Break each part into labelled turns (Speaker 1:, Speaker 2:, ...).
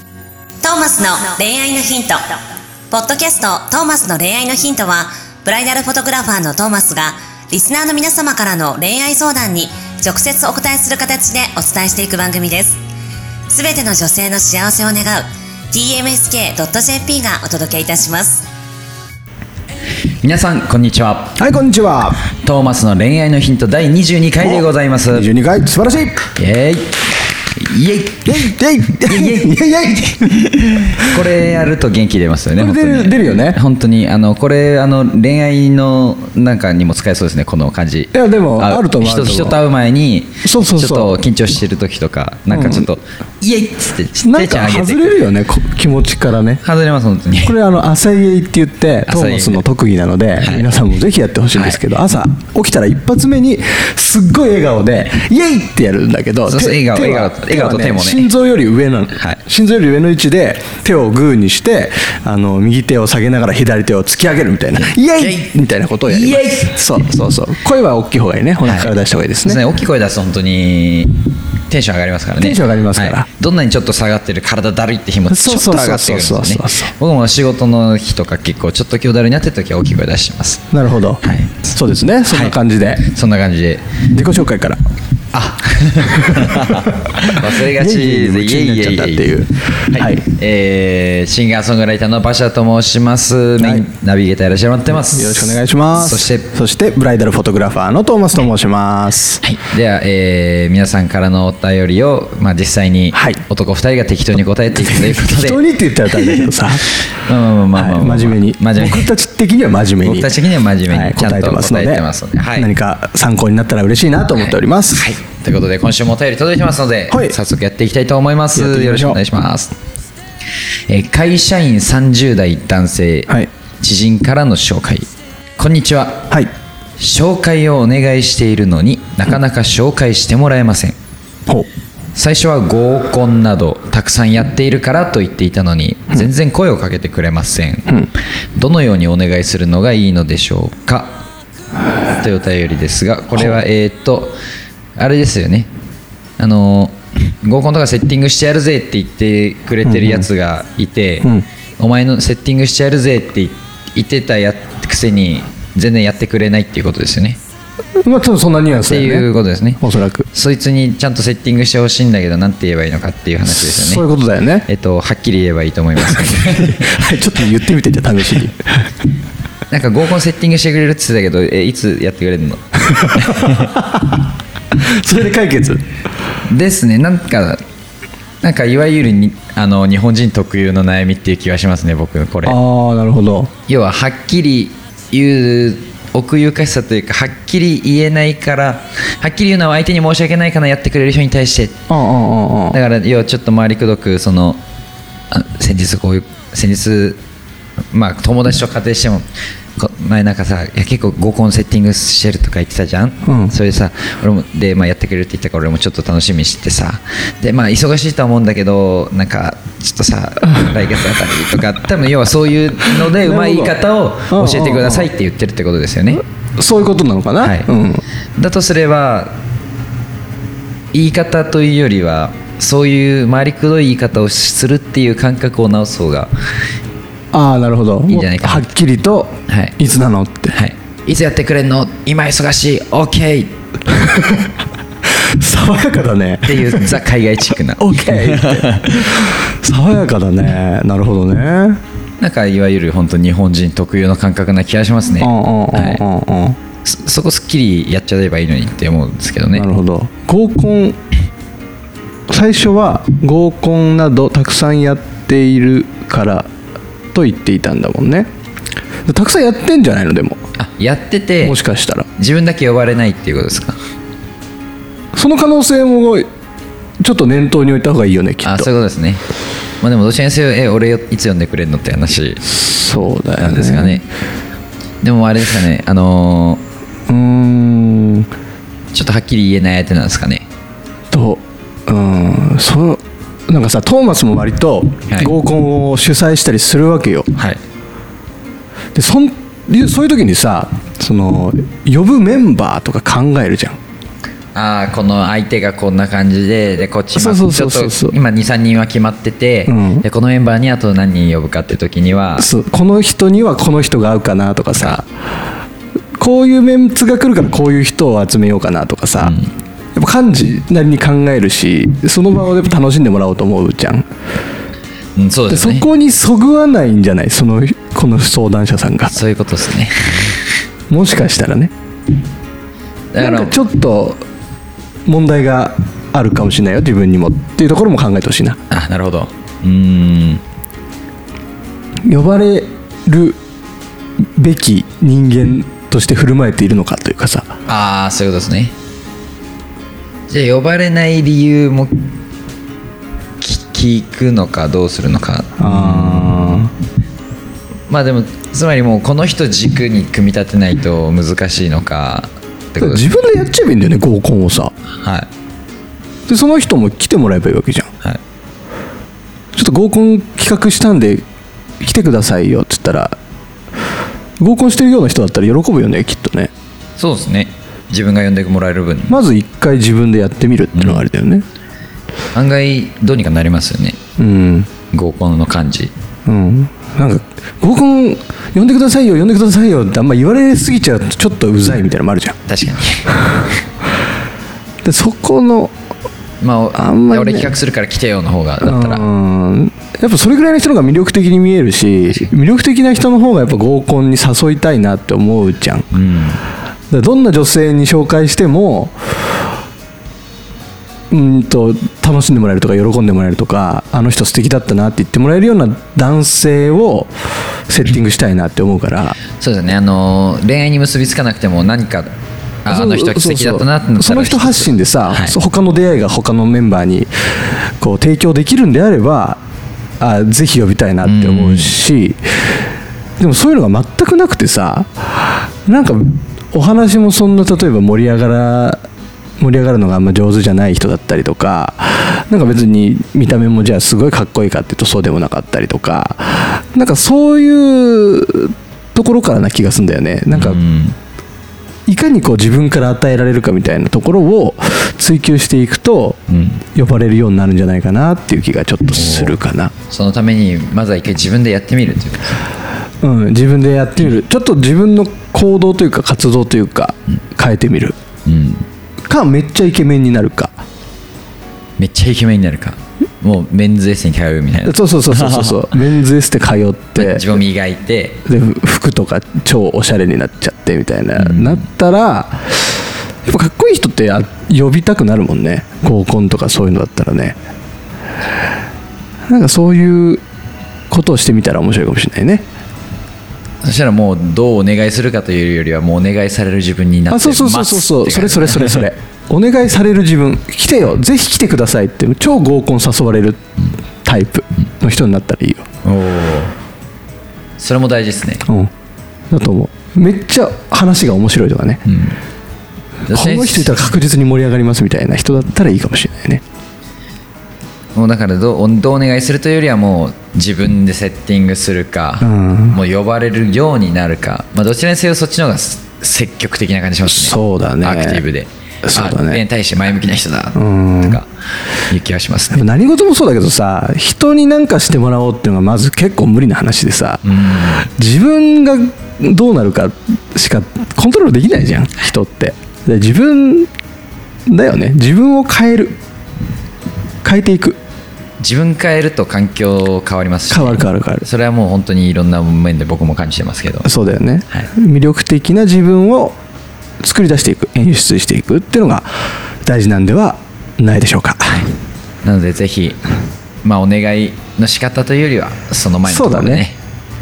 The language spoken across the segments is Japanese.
Speaker 1: トーマスの恋愛のヒント。ポッドキャストトーマスの恋愛のヒントは、ブライダルフォトグラファーのトーマスが、リスナーの皆様からの恋愛相談に直接お答えする形でお伝えしていく番組です。すべての女性の幸せを願う、tmsk.jp がお届けいたします。
Speaker 2: 皆さんこんにちは
Speaker 3: はい、こんにちは。
Speaker 2: トーマスの恋愛のヒント第22回でございますイ
Speaker 3: 二
Speaker 2: エ
Speaker 3: 十二回、素晴らしい。
Speaker 2: ーイイエイ
Speaker 3: イエイイエイイエイイエ
Speaker 2: これやると元気出ますよね
Speaker 3: これ
Speaker 2: 本
Speaker 3: 出る
Speaker 2: 当に
Speaker 3: 出るよね
Speaker 2: 本当にあのこれあの恋愛のなんかにも使えそうですねこの感じい
Speaker 3: いやでもあると思うあ
Speaker 2: 人
Speaker 3: ると思う
Speaker 2: 人と会う前に
Speaker 3: そうそうそう
Speaker 2: ちょっと緊張してる時とかなんかちょっと、イエイっつってちっ
Speaker 3: イ。
Speaker 2: ち
Speaker 3: な
Speaker 2: ゃ
Speaker 3: ん
Speaker 2: いちゃ
Speaker 3: か
Speaker 2: ん上げて
Speaker 3: 外
Speaker 2: いく
Speaker 3: れるよね、こ気持ちからね。
Speaker 2: 外れます本当に
Speaker 3: これあの朝イエイって言ってト
Speaker 2: 朝イエイ
Speaker 3: ーマスの特技なので皆さんもぜひやってほしいんですけど朝起きたら一発目にすっごい笑顔でイエイってやるんだけど
Speaker 2: そうそう
Speaker 3: 手
Speaker 2: 笑顔
Speaker 3: 手は
Speaker 2: 笑顔笑顔と手もね
Speaker 3: 心臓より上なの
Speaker 2: はい
Speaker 3: 心臓より上の位置で手をグーにしてあの右手を下げながら左手を突き上げるみたいなイエイみたいなことをやります
Speaker 2: イエイ
Speaker 3: そうそうそう声は大きい方がいいねお腹から出した方がいいですね
Speaker 2: 大きい声出すと本当にテンション上がりますからね
Speaker 3: テンション上がりますから
Speaker 2: どんなにちょっと下がってる体だるいって日もちょっと上がってくるんですよ
Speaker 3: そうそうそう
Speaker 2: ね
Speaker 3: そうそう
Speaker 2: 僕も仕事の日とか結構ちょっと今日だるいなって時は大きい声出してます
Speaker 3: なるほど
Speaker 2: はい
Speaker 3: そうですねそんな感じで
Speaker 2: そんな感じで
Speaker 3: 自己紹介から
Speaker 2: あ 忘れがちです
Speaker 3: イエイに夢中になっちゃったっていう
Speaker 2: はい、
Speaker 3: はい
Speaker 2: えーシンガーソングライターの馬車と申しますメイン、
Speaker 3: はい
Speaker 2: ナビゲーターいらっしゃってます
Speaker 3: よろしくお願いします。
Speaker 2: そして
Speaker 3: そしてブライダルフォトグラファーのトーマスと申します。
Speaker 2: はい、では、えー皆さんからのお便りを、まあ、実際に
Speaker 3: はい
Speaker 2: 男2人が適当に答えていくということで
Speaker 3: 適当にって言ったら大変だけどさ、
Speaker 2: まあまあまあまあまあま
Speaker 3: は
Speaker 2: あ
Speaker 3: い真面目に
Speaker 2: 真面目に
Speaker 3: 僕たち的には真面目に
Speaker 2: 僕たち的には真面目に
Speaker 3: はい
Speaker 2: ちゃんと
Speaker 3: 答えてますので
Speaker 2: 答えてますのではい
Speaker 3: 何か参考になったら嬉しいなと思っております、
Speaker 2: はい、ということで今週もお便り届いてますので、
Speaker 3: はい
Speaker 2: 早速やっていきたいと思います
Speaker 3: やっていき
Speaker 2: よろ
Speaker 3: ま
Speaker 2: し
Speaker 3: しょ
Speaker 2: く
Speaker 3: う
Speaker 2: お願いします、えー会社員30代男性、
Speaker 3: はい
Speaker 2: 知人からの紹介こんにちは
Speaker 3: はい
Speaker 2: 紹介をお願いしているのになかなか紹介してもらえません
Speaker 3: ほう
Speaker 2: 最初は合コンなどたくさんやっているからと言っていたのに全然声をかけてくれません、どのようにお願いするのがいいのでしょうかというお便りですがこれはえっ、とあれですよねあの合コンとかセッティングしてやるぜって言ってくれてるやつがいて、
Speaker 3: うんうん
Speaker 2: お前のセッティングしてやるぜって言ってたやくせに全然やってくれないっていうことですよね
Speaker 3: まあちょっとそんなニュアン
Speaker 2: っ
Speaker 3: スだ
Speaker 2: て
Speaker 3: よね
Speaker 2: いうことですね
Speaker 3: おそらく
Speaker 2: そいつにちゃんとセッティングしてほしいんだけどなんて言えばいいのかっていう話です
Speaker 3: そ
Speaker 2: よ
Speaker 3: う
Speaker 2: ね
Speaker 3: いうことだよね
Speaker 2: えっとはっきり言えばいいと思います
Speaker 3: はいちょっと言ってみてじゃあ試 しに
Speaker 2: なんか合コンセッティングしてくれるって言ってたけどえいつやってくれるの
Speaker 3: それで解決
Speaker 2: ですねなんかなんかいわゆるにあの日本人特有の悩みっていう気がしますね僕これ
Speaker 3: ああなるほど
Speaker 2: 要ははっきり言う奥ゆかしさというかはっきり言えないからはっきり言うのは相手に申し訳ないからやってくれる人に対して
Speaker 3: うんうんうんうん
Speaker 2: だから要はちょっと周りくどくそのあ先日こういう先日まあ友達と仮定してもこ前なんかさいや結構合コンセッティングしてるとか言ってたじゃん、
Speaker 3: うん
Speaker 2: それでさ俺もで、まあ、やってくれるって言ったから俺もちょっと楽しみにしてさでまあ忙しいとは思うんだけどなんかちょっと さ来月あたりとか多分要はそういうのでうまい言い方を教えてくださいって言ってるってことですよね。
Speaker 3: そういうことなのかな、
Speaker 2: はい
Speaker 3: うん
Speaker 2: だとすれば言い方というよりはそういう回りくどい言い方をするっていう感覚を直す方が、
Speaker 3: ああなるほど
Speaker 2: いいんじゃないかな
Speaker 3: はっきりと、
Speaker 2: はい
Speaker 3: い、つなのって
Speaker 2: はい、いつやってくれんの今忙しい OK っ
Speaker 3: 爽やか だね
Speaker 2: ていう ザ海外チックな
Speaker 3: OK 爽やかだねなるほどね
Speaker 2: なんかいわゆる本当日本人特有の感覚な気がしますね、
Speaker 3: うんうん
Speaker 2: は
Speaker 3: うんうんうん
Speaker 2: い、そそこすっきりやっちゃえばいいのにって思うんですけどね
Speaker 3: なるほど合コン最初は合コンなどたくさんやっているからと言っていたんだもんねたくさんやってんじゃないのでも
Speaker 2: あやってて
Speaker 3: もしかしたら
Speaker 2: 自分だけ呼ばれないっていうことですか
Speaker 3: その可能性もちょっと念頭に置いた方がいいよねきっ
Speaker 2: あ
Speaker 3: と
Speaker 2: そういうことですねまあでもどちらにせよえ俺よいつ呼んでくれんのって話
Speaker 3: そうだよね
Speaker 2: なんですかね。でもあれですかね、あの
Speaker 3: うーん
Speaker 2: ーちょっとはっきり言えない相手なんですかね。
Speaker 3: とうんそのなんかさトーマスも割と
Speaker 2: はい
Speaker 3: 合コンを主催したりするわけよ、
Speaker 2: はい。
Speaker 3: でそんそういう時にさその呼ぶメンバーとか考えるじゃん
Speaker 2: ああこの相手がこんな感じででこっち
Speaker 3: そう
Speaker 2: 今
Speaker 3: そうそうそう
Speaker 2: ちょっと今23人は決まってて、
Speaker 3: うん
Speaker 2: でこのメンバーにあと何人呼ぶかって時には
Speaker 3: そうこの人にはこの人が合うかなとかさこういうメンツが来るからこういう人を集めようかなとかさ、やっぱ幹事なりに考えるしその場をやっぱ楽しんでもらおうと思うじゃん
Speaker 2: うん、そう
Speaker 3: で
Speaker 2: です
Speaker 3: そ
Speaker 2: ね
Speaker 3: こにそぐわないんじゃないそのこの相談者さんが
Speaker 2: そういうことですね
Speaker 3: もしかしたらね
Speaker 2: だか
Speaker 3: なんからちょっと問題があるかもしれないよ自分にもっていうところも考えてほしいな
Speaker 2: あなるほどうーん
Speaker 3: 呼ばれるべき人間として振る舞えているのかというかさ
Speaker 2: ああそういうことですねじゃあ呼ばれない理由もき聞くのかどうするのか
Speaker 3: あ
Speaker 2: まあでもつまりもうこの人軸に組み立てないと難しいのかってことです
Speaker 3: 自分でやっちゃえばいいんだよね合コンをさ
Speaker 2: はい
Speaker 3: でその人も来てもらえばいいわけじゃん
Speaker 2: はい
Speaker 3: ちょっと合コン企画したんで来てくださいよって言ったら合コンしてるような人だったら喜ぶよねきっとね
Speaker 2: そうですね自分が呼んでもらえる分
Speaker 3: まず一回自分でやってみるってのがあれだよね
Speaker 2: 案外どうにかなりますよね
Speaker 3: うん
Speaker 2: 合コンの感じ
Speaker 3: うんなんか合コン呼んでくださいよ呼んでくださいよってあんま言われすぎちゃうとちょっとうざいみたいなのもあるじゃん
Speaker 2: 確か に
Speaker 3: でそこの
Speaker 2: まあ
Speaker 3: あんまりね
Speaker 2: 俺企画するから来てよの方がだったら
Speaker 3: うんやっぱそれぐらいの人の方が魅力的に見えるし魅力的な人の方がやっぱ合コンに誘いたいなって思うじゃんだか
Speaker 2: うん
Speaker 3: らどんな女性に紹介してもうんと楽しんでもらえるとか喜んでもらえるとかあの人素敵だったなって言ってもらえるような男性をセッティングしたいなって思うから
Speaker 2: そうですねあの恋愛に結びつかなくても何かあ
Speaker 3: そう
Speaker 2: あの人は素敵だったなってなった
Speaker 3: そう
Speaker 2: ら
Speaker 3: そうその人発信でさ、
Speaker 2: はい
Speaker 3: そう他の出会いが他のメンバーにこう提供できるんであればあぜひ呼びたいなって思うし、でもそういうのが全くなくてさなんかお話もそんな例えば盛り上がら盛り上がるのがあんま上手じゃない人だったりとかなんか別に見た目もじゃあすごいかっこいいかっていうとそうでもなかったりとかなんかそういうところからな気がするんだよねなんか、
Speaker 2: うん
Speaker 3: いかにこう自分から与えられるかみたいなところを追求していくと、
Speaker 2: うん
Speaker 3: 呼ばれるようになるんじゃないかなっていう気がちょっとするかな、
Speaker 2: そのためにまずは一回自分でやってみるという
Speaker 3: うん、自分でやってみるちょっと自分の行動というか活動というか変えてみる
Speaker 2: うん
Speaker 3: かめっちゃイケメンになるか
Speaker 2: めっちゃイケメンになるかもうメンズエステに通うみたいな
Speaker 3: そうそうそうそうそうそう メンズエステ通って
Speaker 2: 自分を磨いて
Speaker 3: で服とか超おしゃれになっちゃってみたいな、
Speaker 2: うん
Speaker 3: なったらやっぱかっこいい人ってあ呼びたくなるもんね合コンとかそういうのだったらねなんかそういうことをしてみたら面白いかもしれないね
Speaker 2: そしたらもうどうお願いするかというよりはもうお願いされる自分になって
Speaker 3: あ
Speaker 2: ます
Speaker 3: そうそうそうそうそうそれそれそれそれお願いされる自分来てよぜひ来てくださいって超合コン誘われるタイプの人になったらいいよ
Speaker 2: おーそれも大事ですね、
Speaker 3: うんだと思うめっちゃ話が面白いとかね
Speaker 2: うん、
Speaker 3: この人いたら確実に盛り上がりますみたいな人だったらいいかもしれないね
Speaker 2: もうだからどうどうお願いするというよりはもう自分でセッティングするか、
Speaker 3: うん
Speaker 2: もう呼ばれるようになるか、まあ、どちらにせよそっちの方がす積極的な感じしますね
Speaker 3: そうだね
Speaker 2: アクティブで
Speaker 3: そうだね
Speaker 2: あ恋に対して前向きな人だと
Speaker 3: ん
Speaker 2: かいう気がします
Speaker 3: でも
Speaker 2: ね
Speaker 3: 何事もそうだけどさ人に何かしてもらおうっていうのがまず結構無理な話でさ、自分がどうなるかしかコントロールできないじゃん人ってで自分だよね自分を変える変えていく
Speaker 2: 自分変えると環境変わりますし
Speaker 3: 変わる変わる変わる
Speaker 2: それはもう本当にいろんな面で僕も感じてますけど
Speaker 3: そうだよね、
Speaker 2: はい
Speaker 3: 魅力的な自分を作り出していく演出していくっていうのが大事なんではないでしょうか、
Speaker 2: なのでぜひまあお願いの仕方というよりはその前のところでね
Speaker 3: そうだね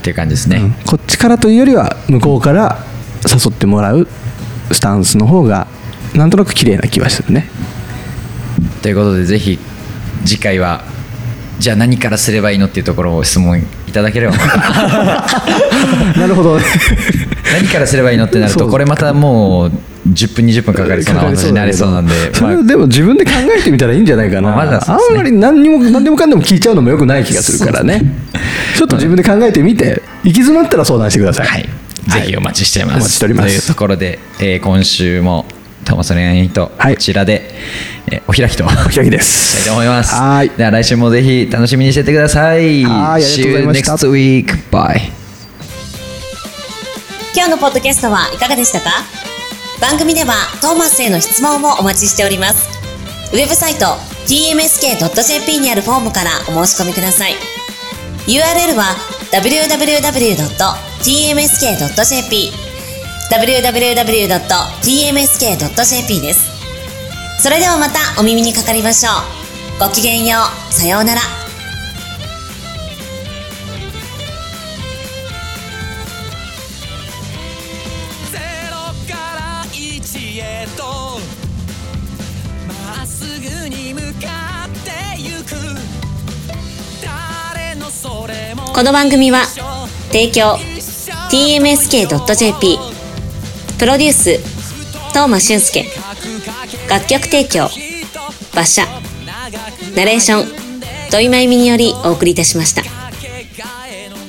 Speaker 2: っていう感じですね、
Speaker 3: うんこっちからというよりは向こうから誘ってもらうスタンスの方がなんとなく綺麗な気はするね
Speaker 2: ということでぜひ次回はじゃあ何からすればいいのっていうところを質問いただければ
Speaker 3: なるほど
Speaker 2: 何からすればいいのってなる
Speaker 3: そう
Speaker 2: とこれまたもう10分20分 かかりそうな話になりそうなんで
Speaker 3: それ
Speaker 2: ま
Speaker 3: を
Speaker 2: あ
Speaker 3: でも自分で考えてみたらいいんじゃないかな、
Speaker 2: まあまだそう
Speaker 3: あ
Speaker 2: です
Speaker 3: ん
Speaker 2: ね
Speaker 3: まり何にも何でもかんでも聞いちゃうのもよくない気がするからねちょっと自分で考えてみて行き詰まったら相談してください、
Speaker 2: はい、ぜひお待ちしています。
Speaker 3: お待ちしております
Speaker 2: というところで、えー今週もトーマスの恋愛人、
Speaker 3: はい
Speaker 2: こちらで、えーお開きとした
Speaker 3: ひらきで
Speaker 2: い
Speaker 3: す
Speaker 2: と思います
Speaker 3: はーい
Speaker 2: では来週もぜひ楽しみにしててください
Speaker 3: はいありがとうございました
Speaker 2: See you next week bye
Speaker 1: 今日のポッドキャストはいかがでしたか番組ではトーマスへの質問もお待ちしております。ウェブサイト tmsk.jp にあるフォームからお申し込みください。URL は www.tmsk.jp www.tmsk.jp です。それではまたお耳にかかりましょう。ごきげんよう。さようなら。
Speaker 4: ゼロから一へとまっすぐに向かってゆく誰のそれも
Speaker 1: この番組は
Speaker 4: 一緒
Speaker 1: 提供 tmsk.jp プロデュース東間俊介楽曲提供馬車ナレーション土井真由美によりお送りいたしました。
Speaker 4: かけがえのない